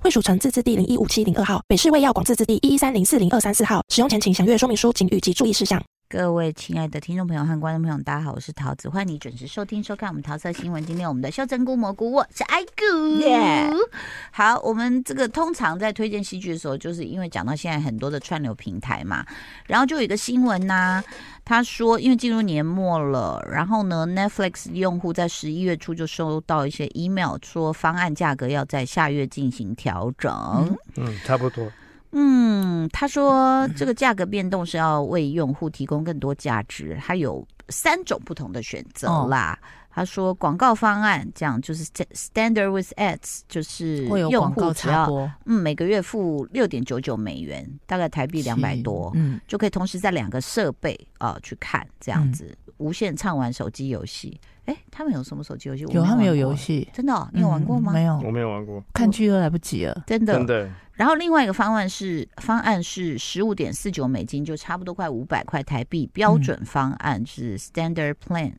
惠蜀城自治地零一五七零二号，北市卫药广自治地一一三零四零二三四号。使用前请详阅说明书警语及注意事项。各位亲爱的听众朋友和观众朋友，大家好，我是桃子，欢迎你准时收听收看我们桃色新闻。今天我们的秀珍菇蘑菇，我是爱菇。 Yeah 好，我们这个通常在推荐戏剧的时候，就是因为讲到现在很多的串流平台嘛，然后就有一个新闻呐、他说因为进入年末了，然后呢，Netflix 用户在十一月初就收到一些 email 说方案价格要在下月进行调整。嗯，差不多。嗯，他说这个价格变动是要为用户提供更多价值，它有三种不同的选择哦啦。他说广告方案这样就是 st- standard with ads，就是会有用广户告只插要播，嗯每个月付六点九九美元，大概台币两百是多，嗯，就可以同时在两个设备啊、呃去看这样嗯子、无限畅玩手机游戏。哎，他们有什么手机游戏？我有没他们有玩游过，戏，真的哦、你有玩过嗯吗？没有，我没有玩过，看剧都来不及了。真的，真的。然后另外一个方案是方案是十五点四九美金，就差不多快五百块台币。标准方嗯案是 Standard Plan，、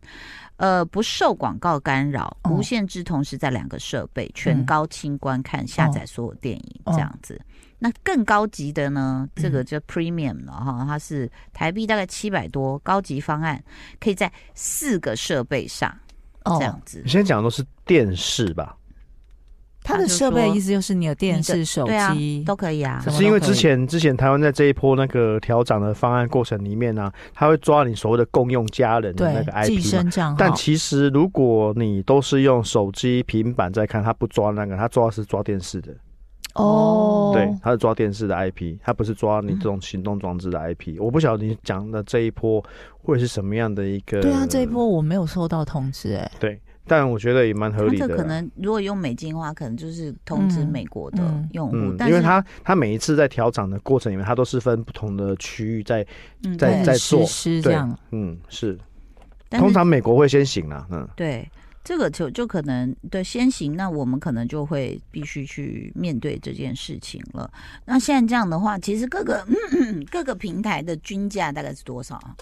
呃，不受广告干扰，哦嗯无限制同时在两个设备，全高清观看、下载所有电影、哦嗯这样子。那更高级的呢，这个叫 Premium 了哈，它是台币大概七百多，高级方案可以在四个设备上、这样哦，子你。现在讲的都是电视吧？它的设备意思就是你有电你的视、手对啊机，都可以啊什，么都是因为可之以前之前台湾在这一波那个调整的方案过程里面呢、啊，他会抓你所谓的共用家人的那对个寄 IP 嘛。生账但号，其实如果你都是用手机、平板在看，他不抓那个，他抓的是抓电视的，哦嗯对，他是抓电视的 IP，他不是抓你这种行动装置的 IP。我不晓得你讲的这一波会是什么样的一个，对啊，这一波，我没有收到通知，哎，但我觉得也蛮合它理这的啦。可能如果用美金的话，可能就是通知嗯美国的嗯用户，嗯，但因是为它它每一次在调整的过程里面，它都是分不同的区域在，嗯在对在实做施这对样，嗯，是但通是常美国会先醒啦，嗯，对这个就就可能对先行，那我们可能就会必须去面对这件事情了。那现在这样的话，其实各个 各个平台的均价大概是多少啊？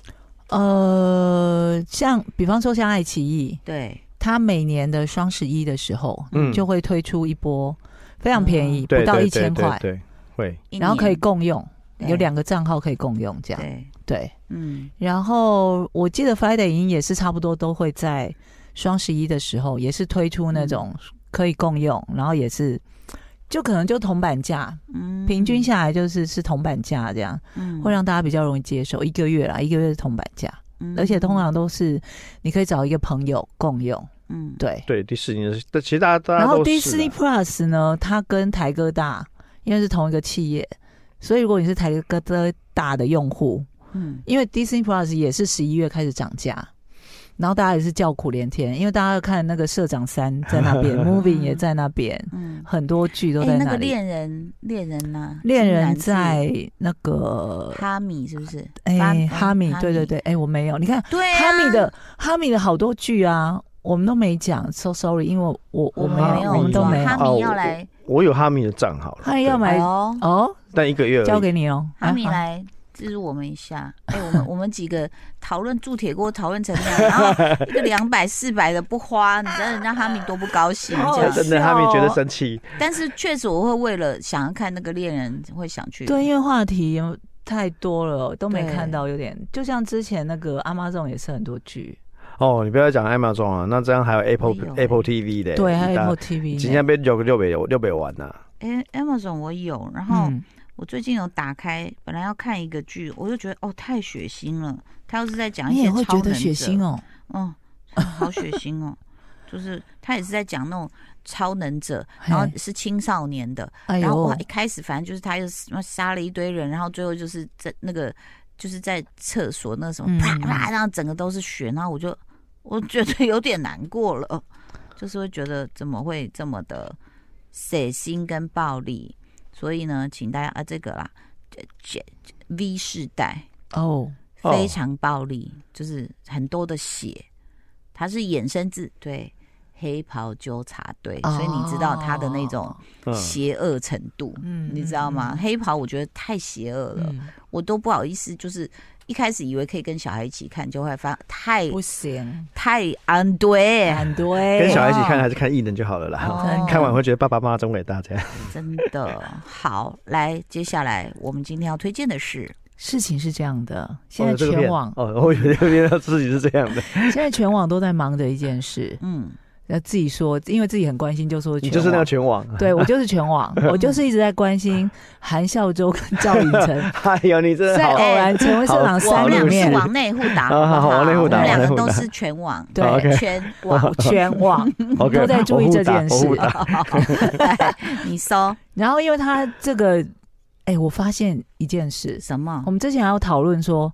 呃，像比方说像爱奇艺，对，它每年的双十一的时候，嗯就会推出一波非常便宜，对不到对一对千对块，对，会，一然后可以年共用，对有两个账号可以共用这样，对，对。嗯然后我记得 Friday 影也是差不多都会在双十一的时候，也是推出那嗯种可以共用，然后也是就可能就铜板价，嗯，平均下来就是是铜板价这样，嗯会让大家比较容易接受。一个月啦，一个月是铜板价，嗯而且通常都是你可以找一个朋友共用，嗯对。对，迪士尼的，但其实大家大家然后都是啊 Disney 啦 Plus 呢，它跟台哥大因为是同一个企业，所以如果你是台哥大的用户，嗯因为 Disney Plus 也是十一月开始涨价，然后大家也是叫苦连天，因为大家看那个社长三在那边，Moving 也在那边，嗯，很多剧都哎、在那个那里。恋人恋人呢、恋竟然人是在那个哈米是不是？巴哎哈米，对对，米对，哎我没有，你看对、啊、哈米的哈米的好多剧啊，我们都没讲，so sorry，因为我我我们没没有，有我们都说没有哈。哦米要我来，我有哈密的账号啦，哈哎米要对买哦，哦，但一个月而已交给你哦，哈米米来资助我们一下。哎、我 们我们几个讨论铸铁锅讨论成那样，然后一个两百四百的不花，你知道人家哈米多不高兴这好 样。真的笑哈密觉得哦生气，但是确实我会为了想要看那个恋人，会想去。对，因为话题太多了，都没对看到，有点就像之前那个阿妈这种也是很多剧，哦，你不要讲 Amazon 啊，那这样还有 Apple 没有欸 Apple TV 的，哎对，还有大 Apple 家 TV，今天被六个六百六百玩呐，哎、a m a z o n 我有，然后嗯，我最近有打开，本来要看一个剧，我就觉得哦太血腥了。他要是在讲一你些也会超觉得能血者腥哦，嗯，好血腥哦，就是他也是在讲那种超能者，然后嘿是青少年的，哎然后呦哇，一，开始反正就是他又什么杀了一堆人，然后最后就是在那个就是在厕所那什么嗯啪啪，然后整个都是血，然后我就我觉得有点难过了，就是会觉得怎么会这么的血腥跟暴力，所以呢，请大家啊这个啦这这，V 世代哦，哦非常暴力，就是很多的血，它是衍生自对黑袍纠察队，所以你知道它的那种哦嗯，邪恶程度，嗯你知道吗？黑袍我觉得太邪恶了，嗯我都不好意思，就是一开始以为可以跟小孩一起看，就会发太不行，太安对，很对，跟小孩一起看还是看艺人就好了啦。哦看完会觉得爸爸妈妈真伟大这样。真的好，来，接下来我们今天要推荐的是，事情是这样的，现哦在有这个全片网哦，我以为这个片自己是这 样的，现在全网都在忙着一件事，嗯，那自己说，因为自己很关心，就说你全就是那个网。全网。对，我就是全网，我就是一直在关心韩孝周跟赵寅成 哎呦，你真的在好偶然成为社长好三我们里两个面是，往内互打， 好好好不往内互打我们两往内个互都打是全网，对。好，OK 全 网全网 OK，都在注意我这互打件事我互打来 你搜然后因为他这个，哎、我发现一件事，什么我？们之前还有讨论说，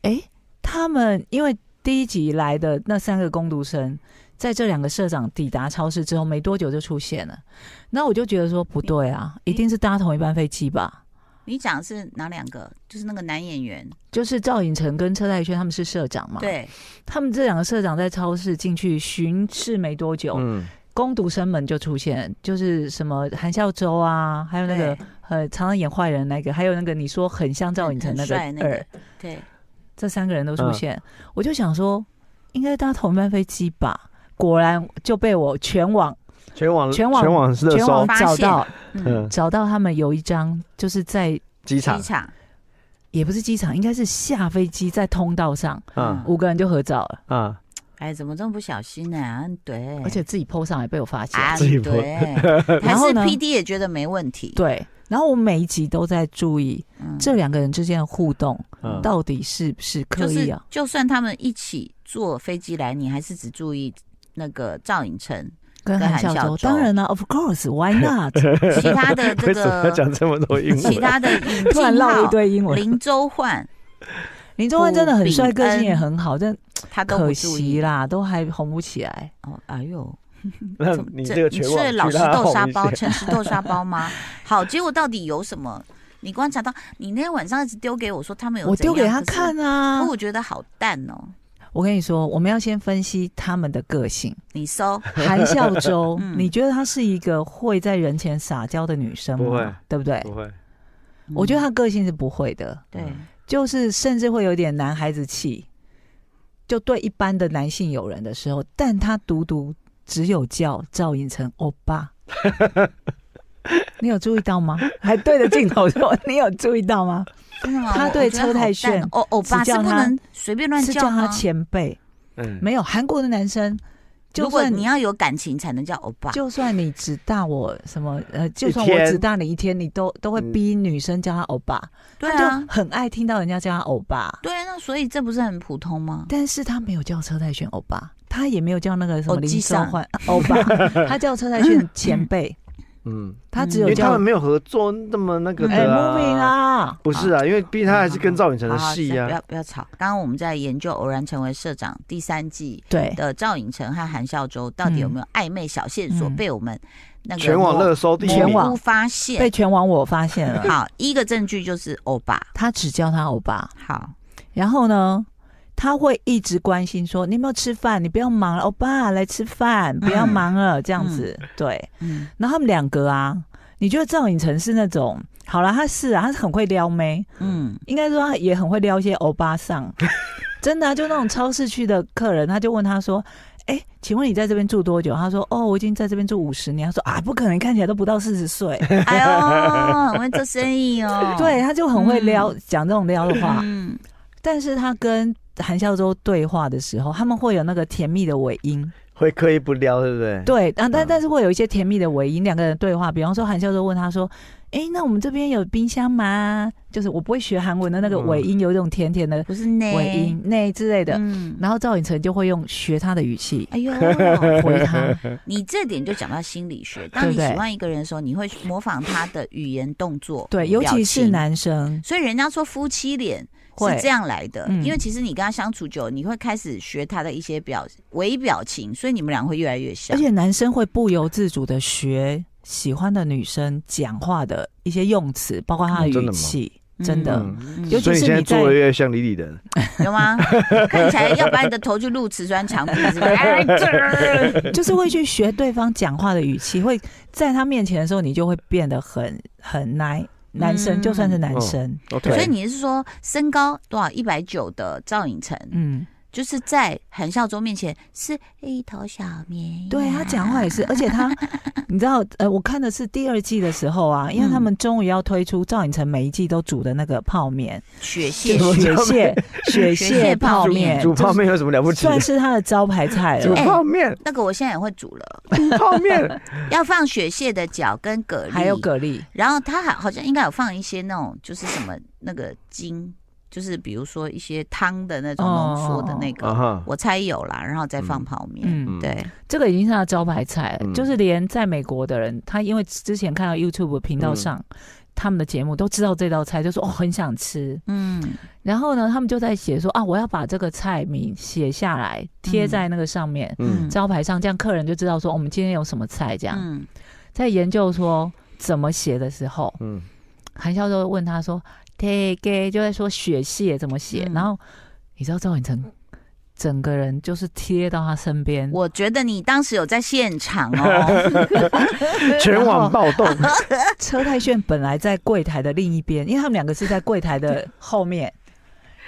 哎、他们因为第一集来的那三个攻读生，在这两个社长抵达超市之后没多久就出现了，那我就觉得说不对啊，一定是搭同一班飞机吧？你讲的是哪两个？就是那个男演员，就是赵寅成跟车太轩他们是社长嘛，，对，他们这两个社长在超市进去巡视没多久，嗯，攻读生们就出现，就是什么韩孝周啊，还有那个对呃常常演坏人那个，还有那个你说很像赵寅成那很个帅二、那个，对，这三个人都嗯出现，我就想说应该搭同一班飞机吧，果然就被我全网全网全网全网是热全搜网发找现到嗯，嗯，找到他们有一张就是在机场机，场，也不是机场，应该是下飞机在通道上，嗯五个人就合照了，嗯，哎，怎么这么不小心呢？啊对，而且自己 PO 上来被我发现，啊，自己播对，还然后是呢 P D 也觉得没问题，对。然后我每一集都在注意嗯，这两个人之间的互动，嗯到底是不是刻就意是啊？就算他们一起坐飞机来，你还是只注意那个赵寅 成，跟跟韩韩孝孝周，周当然了，Of course，Why not？其他的这为什么要个讲这么多英其文？他的尹啊 突然静唠了一浩、堆英 文。林周焕，林中焕真的很帅，不比个性也恩很好，但他都可不注惜意。啦，都还红不起来。哦，哎呦，那怎么你这个全你网是老巨实大豆红沙一包、些诚实豆沙包吗？ 好，结果到底有什么？你观察到，你那天晚上一直丢给我说他们有我怎丢样给他，可看是啊可！我觉得好淡哦。我跟你说，我们要先分析他们的个性。你搜，韩孝 ，周嗯你觉得她是一个会在人前撒娇的女生吗？不会，对不对？不会， 嗯我觉得她嗯个性是不会的，嗯对，就是甚至会有点男孩子气，就对一般的男性友人的时候，但她独独只有叫赵寅成欧 巴。你有注意到吗？还对着镜头说：“ 你有注意到吗？”真的吗？他我对我觉得车太好淡炫哦，欧巴只是叫不他能随便乱是叫他吗？前辈，嗯，没有韩国的男生，就如果算你要有感情才能叫欧巴，就算你只大我什么呃，就一算我只天大你一天，你都都会嗯逼女生叫他欧巴，对就啊，很爱听到人家叫他欧巴，对啊，那所以这不是很普通吗？但是他没有叫车太炫欧巴，他也没有叫那个什么欧林吉兆桑焕欧巴， 他叫车太炫前辈，嗯，他只嗯因有为他叫们没有合作那么那个哎的 moving 啊，啊，不是啊，因为毕竟他还是跟赵寅成的好好戏先不啊，要不要吵。刚刚我们在研究《偶然成为社长》第三季对，的赵寅成和韩孝周到底有没有暧昧小线索嗯被我们那个全网热搜第一全名网模糊发被嗯现？全网我发现了，好，一个证据就是欧巴。他只叫他欧巴，好，然后呢，他会一直关心说：“你有没有吃饭？你不要忙了，欧巴来吃饭，不要忙了。这样子，对。嗯，然后他们两个啊，你觉得赵寅成是那种好啦，他是啊，他是很会撩妹，嗯，应该说他也很会撩一些欧 巴桑，真的、啊，就那种超市区的客人，他就问他说。哎，请问你在这边住多久？他说：“哦，我已经在这边住五十年。”他说：“啊，不可能，看起来都不到四十岁。。哎呦，很会做生意哦 对，，啊他就很会撩，讲这种撩的话。嗯，但是他跟韩孝周对话的时候，他们会有那个甜蜜的尾音，会刻意不撩，对不对？对，啊、但嗯但是会有一些甜蜜的尾音，两个人对话，比方说韩孝周问他说：“哎、那我们这边有冰箱吗？”就是我不会学韩文的那个尾音，有一种甜甜的不是呢，尾音那之类的。嗯，然后赵寅成就会用学他的语 气哎 呦，回他，你这点就讲到心理学。当对你不对喜欢一个人的时候，你会模仿他的语言、动作，对，尤表其是情男生所以人家说夫妻脸会是这样来的，嗯因为其实你跟他相处久，你会开始学他的一些表微表情，所以你们俩会越来越像而。且男生会不由自主的学喜欢的女生讲话的一些用词，包括她的嗯真的语吗气，真的嗯嗯尤其所以是现在你在做的越像李李的人，有吗？看起来要把你的头去录瓷砖墙壁是吧？哎这 就是会去学对方讲话的语气，会在他面前的时候，你就会变得很很奶男生，嗯就算是男生，OK 所以你是说身高多少一百九的赵寅成，嗯，就是在韩孝周面前是一头小绵羊。对他讲话也是，而且他，你知道，呃，我看的是第二季的时候啊，因为他们终于要推出赵寅成每一季都煮的那个泡面， 雪蟹雪蟹雪蟹蟹泡泡面面，煮泡面有什么了不起的算？是哎他的招牌菜煮了。泡面，那个我现在也会煮了，煮泡面，要放雪蟹的脚跟蛤蜊，还有蛤蜊，然后他还好像应该有放一些那种，就是什么那个筋，就是比如说一些汤的那种浓缩的那个， 啊哈，我猜有啦，然后再放泡面。嗯，对，这个已经是他的招牌菜了，嗯就是连在美国的人，他因为之前看到 YouTube 频道上、嗯他们的节目，都知道这道菜，就说哦很想吃。嗯，然后呢，他们就在写说啊，我要把这个菜名写下来，贴在那个上面、嗯嗯招牌上，这样客人就知道说、哦我们今天有什么菜。这样、嗯，在研究说怎么写的时候，嗯，韩笑就问他说 t a 就在说雪蟹怎么写，嗯然后你知道赵寅成整个人就是贴到他身边，我觉得你当时有在现场 哦，全网暴动，车太炫本来在柜台的另一边，因为他们两个是在柜台的后面，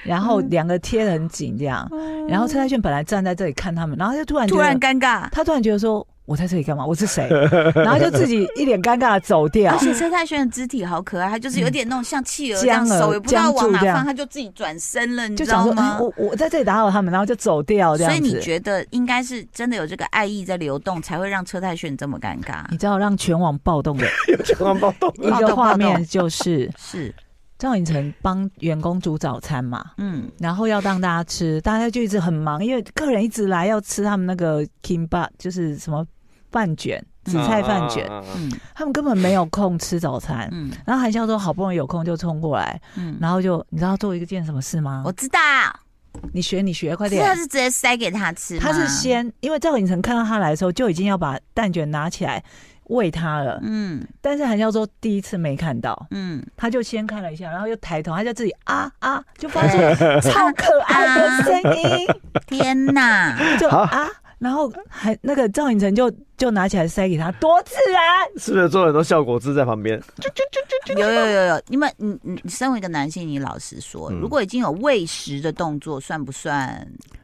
然后两个贴得很紧这样。然后车太炫本来站在这里看他们，然后就突然嗯觉突得然尴尬。他突然觉得说我在这里干嘛？我 是谁？然后就自己一脸尴尬的走掉而。且车太炫的肢体好可爱，他就是有点那种像企鹅这样，僵了手也不知道往哪僵住这放，样他就自己转身 了，你就知想道说，吗哎，？我我在这里打扰他们，然后就走掉这所样以子。你觉得应该是真的有这个爱意在流动，才会让车太炫这么尴尬？你知道让全网 暴动的全网暴动，一暴动个画暴面动就是是，赵寅成帮员工煮早餐嘛，嗯然后要让大家吃，大家就一直很忙，因为客人一直来要吃他们那个 kimbap，就是什么饭卷、紫菜饭卷，啊啊啊啊啊嗯他们根本没有空吃早餐。嗯然后韩笑说好不容易有空就冲过来，嗯，然后就你知道做一件什么事吗我？知道，你学你学，快是他点！是直接塞给他吃吗，他是先，因为赵寅成看到他来的时候就已经要把蛋卷拿起来喂他了，嗯但是韩笑说第一次没看到，嗯，他就先看了一下，然后又抬头，他就自己啊啊，就发出 超可爱的声音。天哪，就好啊，然后还那个赵寅成就就拿起来塞给他，多自然。是不是做了很多效果字在旁边？有有有有，你们你你你身为一个男性，你老实说，嗯如果已经有喂食的动作，算不算？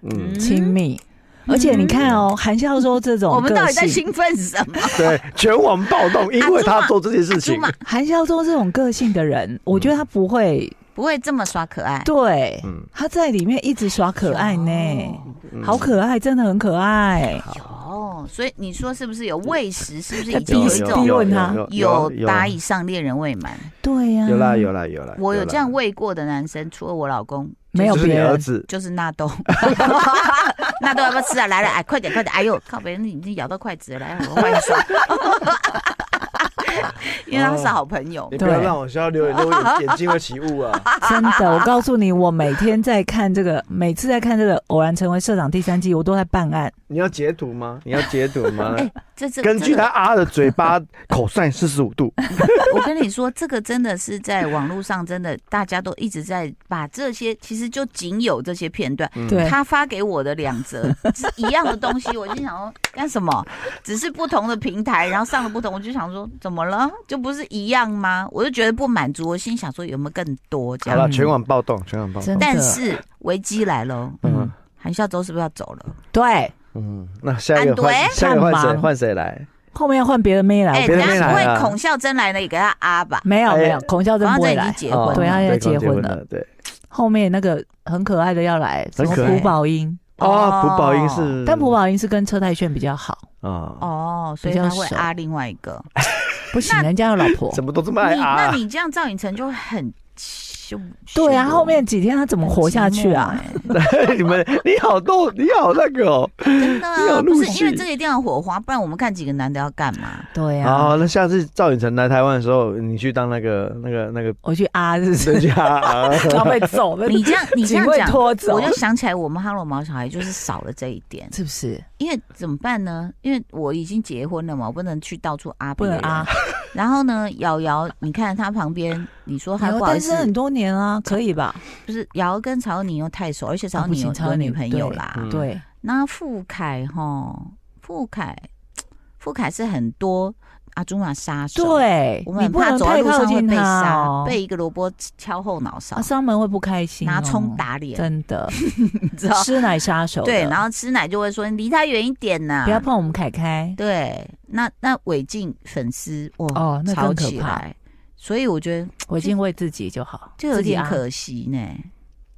嗯，嗯亲密。而且你看哦，韩笑说这种我们个到底在性，兴奋什么？对，全网暴动，因为他做这件事猪情嘛，韩笑说这种个性的嗯人，我觉得他不会不会这么耍可爱。对嗯，他在里面一直耍可爱呢，嗯好可爱，真的很可爱。哦，所以你说是不是有喂食？是不是已经有有一有有逼种有问他有有答以上恋人未满？对呀，有啦有啦有啦，我有啦这样喂过的男生，除了我老公，没有就是你别儿人？子，就是纳豆， 纳豆要不要吃啊？来了，哎，快点，快点！哎呦，靠北，别人已经咬到筷子了，来，我换一双。 因为他是好朋友你，不要对让我笑到流眼泪，我眼眼睛会起雾啊！真的，我告诉你，我每天在看这个，每次在看这个《偶然成为社长》第三季，我都在办案。你要截图 吗？你要截图吗？哎这这根据这个他啊的嘴巴口算四十五度，我跟你说，这个真的是在网络上，真的大家都一直在把这些，其实就仅有这些片段。嗯对，他发给我的两则是一样的东西，我就想说干什么？只是不同的平台，然后上了不同，我就想说怎么了？就不是一样吗？我就觉得不满足，我心想说有没有更多这好样？嗯了，全网暴动，全网暴动。真的但是危机来了，嗯嗯，韩孝周是不是要走了？对，嗯，那下一个换安下一个换干谁嘛换谁来？后面要换别的妹来，哎，我别等人下没不来啊会孔孝真来了也给他啊吧？没有哎没有，孔孝真孔孝不真会已经来。结婚哦了，对啊要刚结婚了了，对。后面那个很可爱的要来，什很么可爱朴宝英，哦，朴宝英是，但朴宝英是跟车太炫比较好，啊，哦，所以比较他会熟啊另外一个。嗯不行，人家有老婆。怎么都这么爱你那啊？你这样赵寅成就会很凶。对啊，凶后面几天他怎么活下去啊？？很寂寞欸 你们你好逗，你好那个哦。真的啊你有不是入因为戏这个一定要火花，不然我们看几个男的要干嘛？对啊，好，那下次赵寅成来台湾的时候，你去当那个那个那个我去啊，是不人是？家啊 然后被揍，被你这样你这样警卫讲，拖走我就想起来我们哈罗毛小孩就是少了这一点，是不是因为怎么办呢？因为我已经结婚了嘛，我不能去到处啊不别能人。啊？然后呢，瑶瑶，你看她旁边，你说还有不好意单思身，很多年啊，可以吧？不是瑶瑶跟曹宁又太熟，而且啊曹不宁行有曹有宁女朋友啦。嗯对，那傅凯哈，傅凯，傅凯是很多阿朱玛杀手。。对，啊我们很你不怕能走在太路靠上会近被杀，哦被一个萝卜敲后脑勺，啊，伤门会不开心，哦拿葱，打脸，真的， 你知道吗？吃奶杀手的，对，然后吃奶就会说你离他远一点呐、不要碰我们凯凯，对，那那违禁粉丝哇，哦那吵更可起怕来，所以我觉得我已经为自己 就好，就有自己点啊，可惜呢，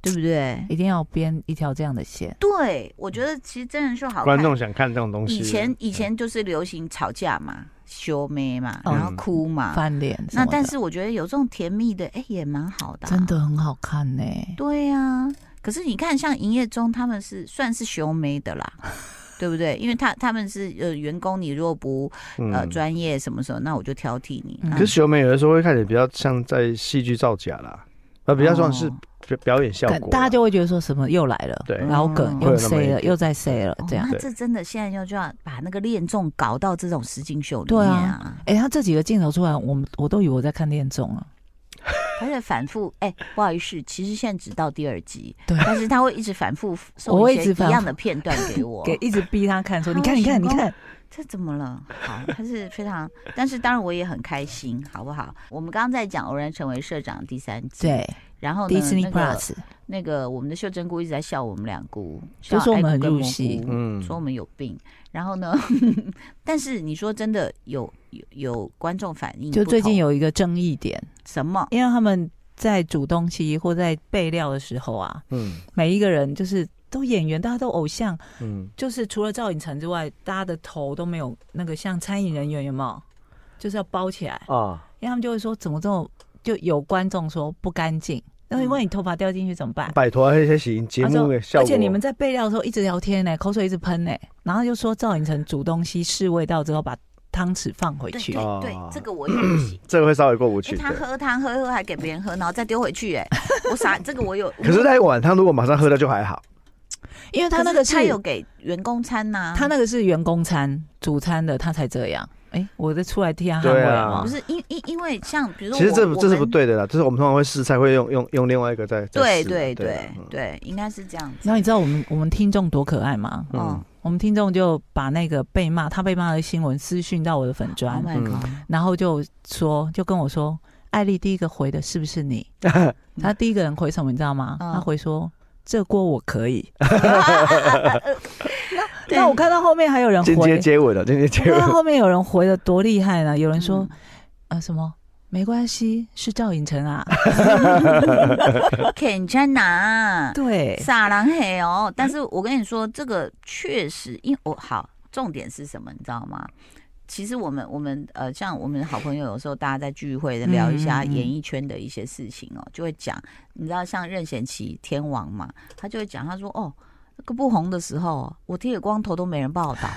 对不对？一定要编一条这样的线，对，我觉得其实真人秀好看。观众嗯想看这种东西。以前以前就是流行吵架嘛，羞妹嘛，嗯然后哭嘛。翻脸什么啊那的，但是我觉得有这种甜蜜的，哎、也蛮好的、真。的很好看呢，对呀、可是你看，像营业中他们是算是羞妹的 啦，对不对？因为他他们是呃员工，你如果不嗯呃专业什么时候，那我就挑剔你。嗯那可是学妹有的时候会看起来比较像在戏剧造假啦，呃，比较算是哦表表演效梗果啦，啊大家就会觉得说什么又来了，对老梗嗯又会有那么一 C 了，点又在 C 了哦，这样。那对这真的现在要就要把那个恋综搞到这种实境秀里对面啊啊，哎、他这几个镜头出来，我们我都以为我在看恋综啊了。而且反复哎、不好意思，其实现在只到第二集，对但是他会一直反复我送会一一些直一反样复的片段给我， 给一直逼他看，说好哦你看你看你成功看，这怎么了？好，他是非常，但是当然我也很开心，好不好？我们刚刚在讲《偶然成为社长》第三季，，对然后呢， ，Disney 哦那个嗯 Plus，那个我们的秀珍菇一直在笑我们两菇，就说我们很入戏戏，嗯说我们有病。然后呢， 但是你说真的有有有观众反应不同，就最近有一个争议点，什么？因为他们在煮东西或在备料的时候啊，嗯每一个人就是都演员，大家都偶像，嗯，就是除了赵寅成之外，大家的头都没有那个像餐饮人员有没有？就是要包起来，啊，因为他们就会说怎么这种，就有观众说不干净，那嗯万一头发掉进去怎么办？摆脱那些型节他说目的效果，啊而且你们在备料的时候一直聊天呢、口水一直喷呢、然后就说赵寅成煮东西试味道之后，把汤匙放回对去对。哦对，这个我也不行。这个会稍微过不哎，去。他对喝汤喝一喝还给别人喝，然后再丢回去，哎，我傻，这个我有。 可是那一碗汤如果马上喝掉就还好，因为可他那个是他有给员工餐呐，他那个是员工餐主餐的，他才这样。哎、我在出来替他捍卫对了啊吗不？是因因因为像比如说其实这我这是我不。们对的啦，就是我们通常会试菜会用用用另外一个在对在试对对对啊嗯对，应该是这样子。然后你知道我们我们听众多可爱吗？嗯嗯我们听众就把那个被骂他被骂的新闻私讯到我的粉，Oh 砖，my 嗯 god！然后就说就跟我说，艾丽第一个回的是不是你？他第一个人回什么你知道吗？嗯他回说这锅我可以。对那我看到后面还有人间回接，接吻了，间接接我看到吻，后面有人回的多厉害呢？有人说嗯，呃什么没关系，是赵寅成啊，肯真拿 对，嗯傻狼黑哦。但是我跟你说，这个确实，因为我好，重点是什么，你知道吗？其实我们我们呃，像我们好朋友，有时候大家在聚会的聊一下嗯嗯嗯演艺圈的一些事情哦，就会讲，你知道像任贤齐天王嘛，他就会讲，他说哦，那个不红的时候，我剃了光头都没人 报道，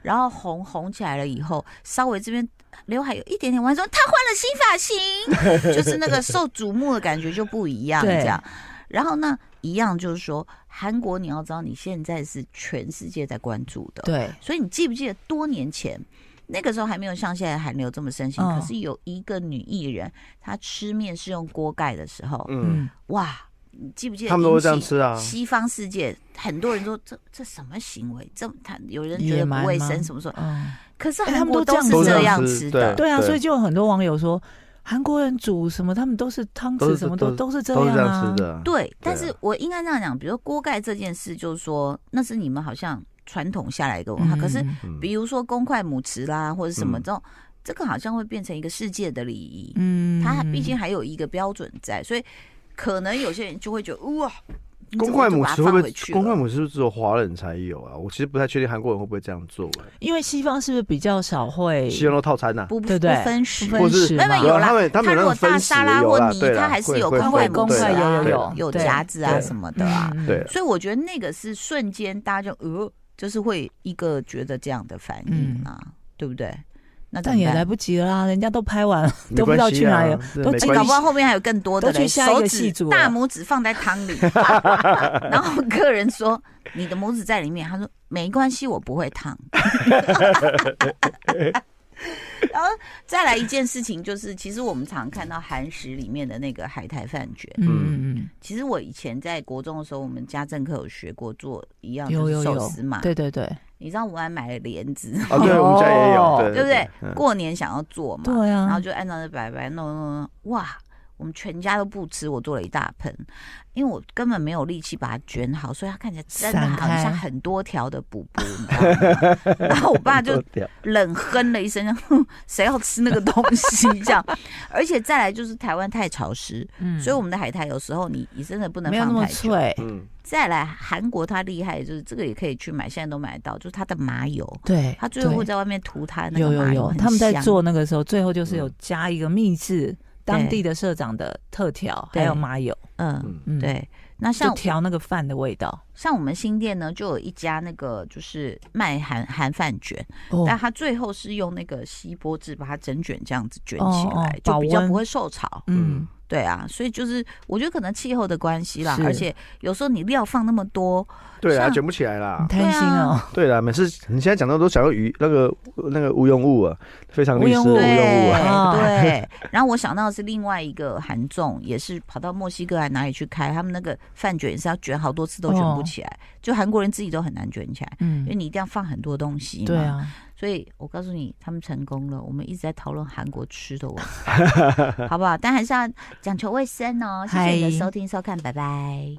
然后红红起来了以后，稍微这边刘海有一点点弯，说他换了新发型， 就是那个受瞩目的感觉就不一样，对这样。然后呢，一样就是说，韩国你要知道，你现在是全世界在关注的，对，所以你记不记得多年前，那个时候还没有像现在韩流这么盛行，嗯可是有一个女艺人，她吃面是用锅盖的时候，嗯，嗯，哇，你记不记得？他们都会这样。吃啊，西方世界很多人说这这什么行为？这他有人觉野得蛮不卫吗生什么说？嗯，可是哎韩他们国都这是样这样都这样子吃吃的，对啊，所以就有很多网友说，韩国人煮什么，他们都是汤都匙是什么都都都是这都是这样样啊吃。的，对，但啊是我应该这样讲，比如说锅盖这件事，就是说那是你们好像传统下来一个文化，可是嗯嗯比如说公筷母匙啦，或者什么嗯这种，这个好像会变成一个世界的礼仪，嗯它毕竟还有一个标准在，所以可能有些人就会觉得哇。公筷母匙匙会不回去会？了公筷母匙是不是只有华人才有啊？我其实不太确定韩国人会不会这样做、欸。因为西方是不是比较少会？西洋肉套餐呐、啊不对不对不分食不或分是食没有没嘛有有啦他们他们如有那果种大分食沙拉有或啦，泥对，啦它还是会有会公筷会母对匙啦有啊，有对有啦有对夹子啊对什么的啊。嗯对啦所以我觉得那个是瞬间大家就呃，就是会一个觉得这样的反应啊，对不对？那怎嗯但么也办？来不及了啊啦，人家都拍完了，没都不知道关系去哪里啊了，对都没进关哎搞系不好后面还有更多的都嘞，去下一手个指戏组了大拇指放在汤 里， 然后客人说你的拇指在里面，他说没关系，我不会烫。 然后再来一件事情就是，其实我们常看到韩食里面的那个海苔饭卷，嗯嗯其实我以前在国中的时候，我们家政课有学过做一样嗯，有就是有寿有司嘛，，对对对你知道我还买了莲子，啊，对，我们家也有哦，对对不对对？嗯？过年想要做嘛，对然后啊，就按照那摆摆弄弄弄，哇！我们全家都不吃，我做了一大盆，因为我根本没有力气把它卷好，所以它看起来真的散好开像很多条的补补，你知道吗？ 然后我爸就冷哼了一声， 哼谁要吃那个东西？这样， 而且再来就是台湾太潮湿，嗯所以我们的海苔有时候你你真的不能没有那放么太久。脆，嗯，再来韩国它厉害，就是这个也可以去买，现在都买得到，就是它的麻油，对，它最后会对在外面涂它那有个有麻油，有，很他们在香做那个时候，最后就是有嗯加一个秘制当地的社长的特调，对还有麻油，嗯，嗯嗯，，对。那就像调那个饭的味道。像我们新店呢，就有一家那个就是卖韩韩饭卷，哦但它最后是用那个锡箔纸把它整卷这样子卷起哦哦来，保就比较温不会受潮。嗯，对啊，所以就是我觉得可能气候的关系啦，是而且有时候你料放那么多，对啊，像卷不起来啦很。贪心哦，对啦，每次你现在讲到都想要鱼那个那个无用物啊，非常律师无无用用物物啊，啊 对。然后我想到的是另外一个韩综，也是跑到墨西哥还哪里去开，他们那个饭卷也是要卷好多次都卷不哦起来，就韩国人自己都很难卷起来，啊因为嗯，你一定要放很多东西嘛。对啊，所以我告诉你，他们成功了。我们一直在讨论韩国吃的文 化，好不好？但还是要讲求卫生哦。谢谢你嗨的收听收看，拜拜。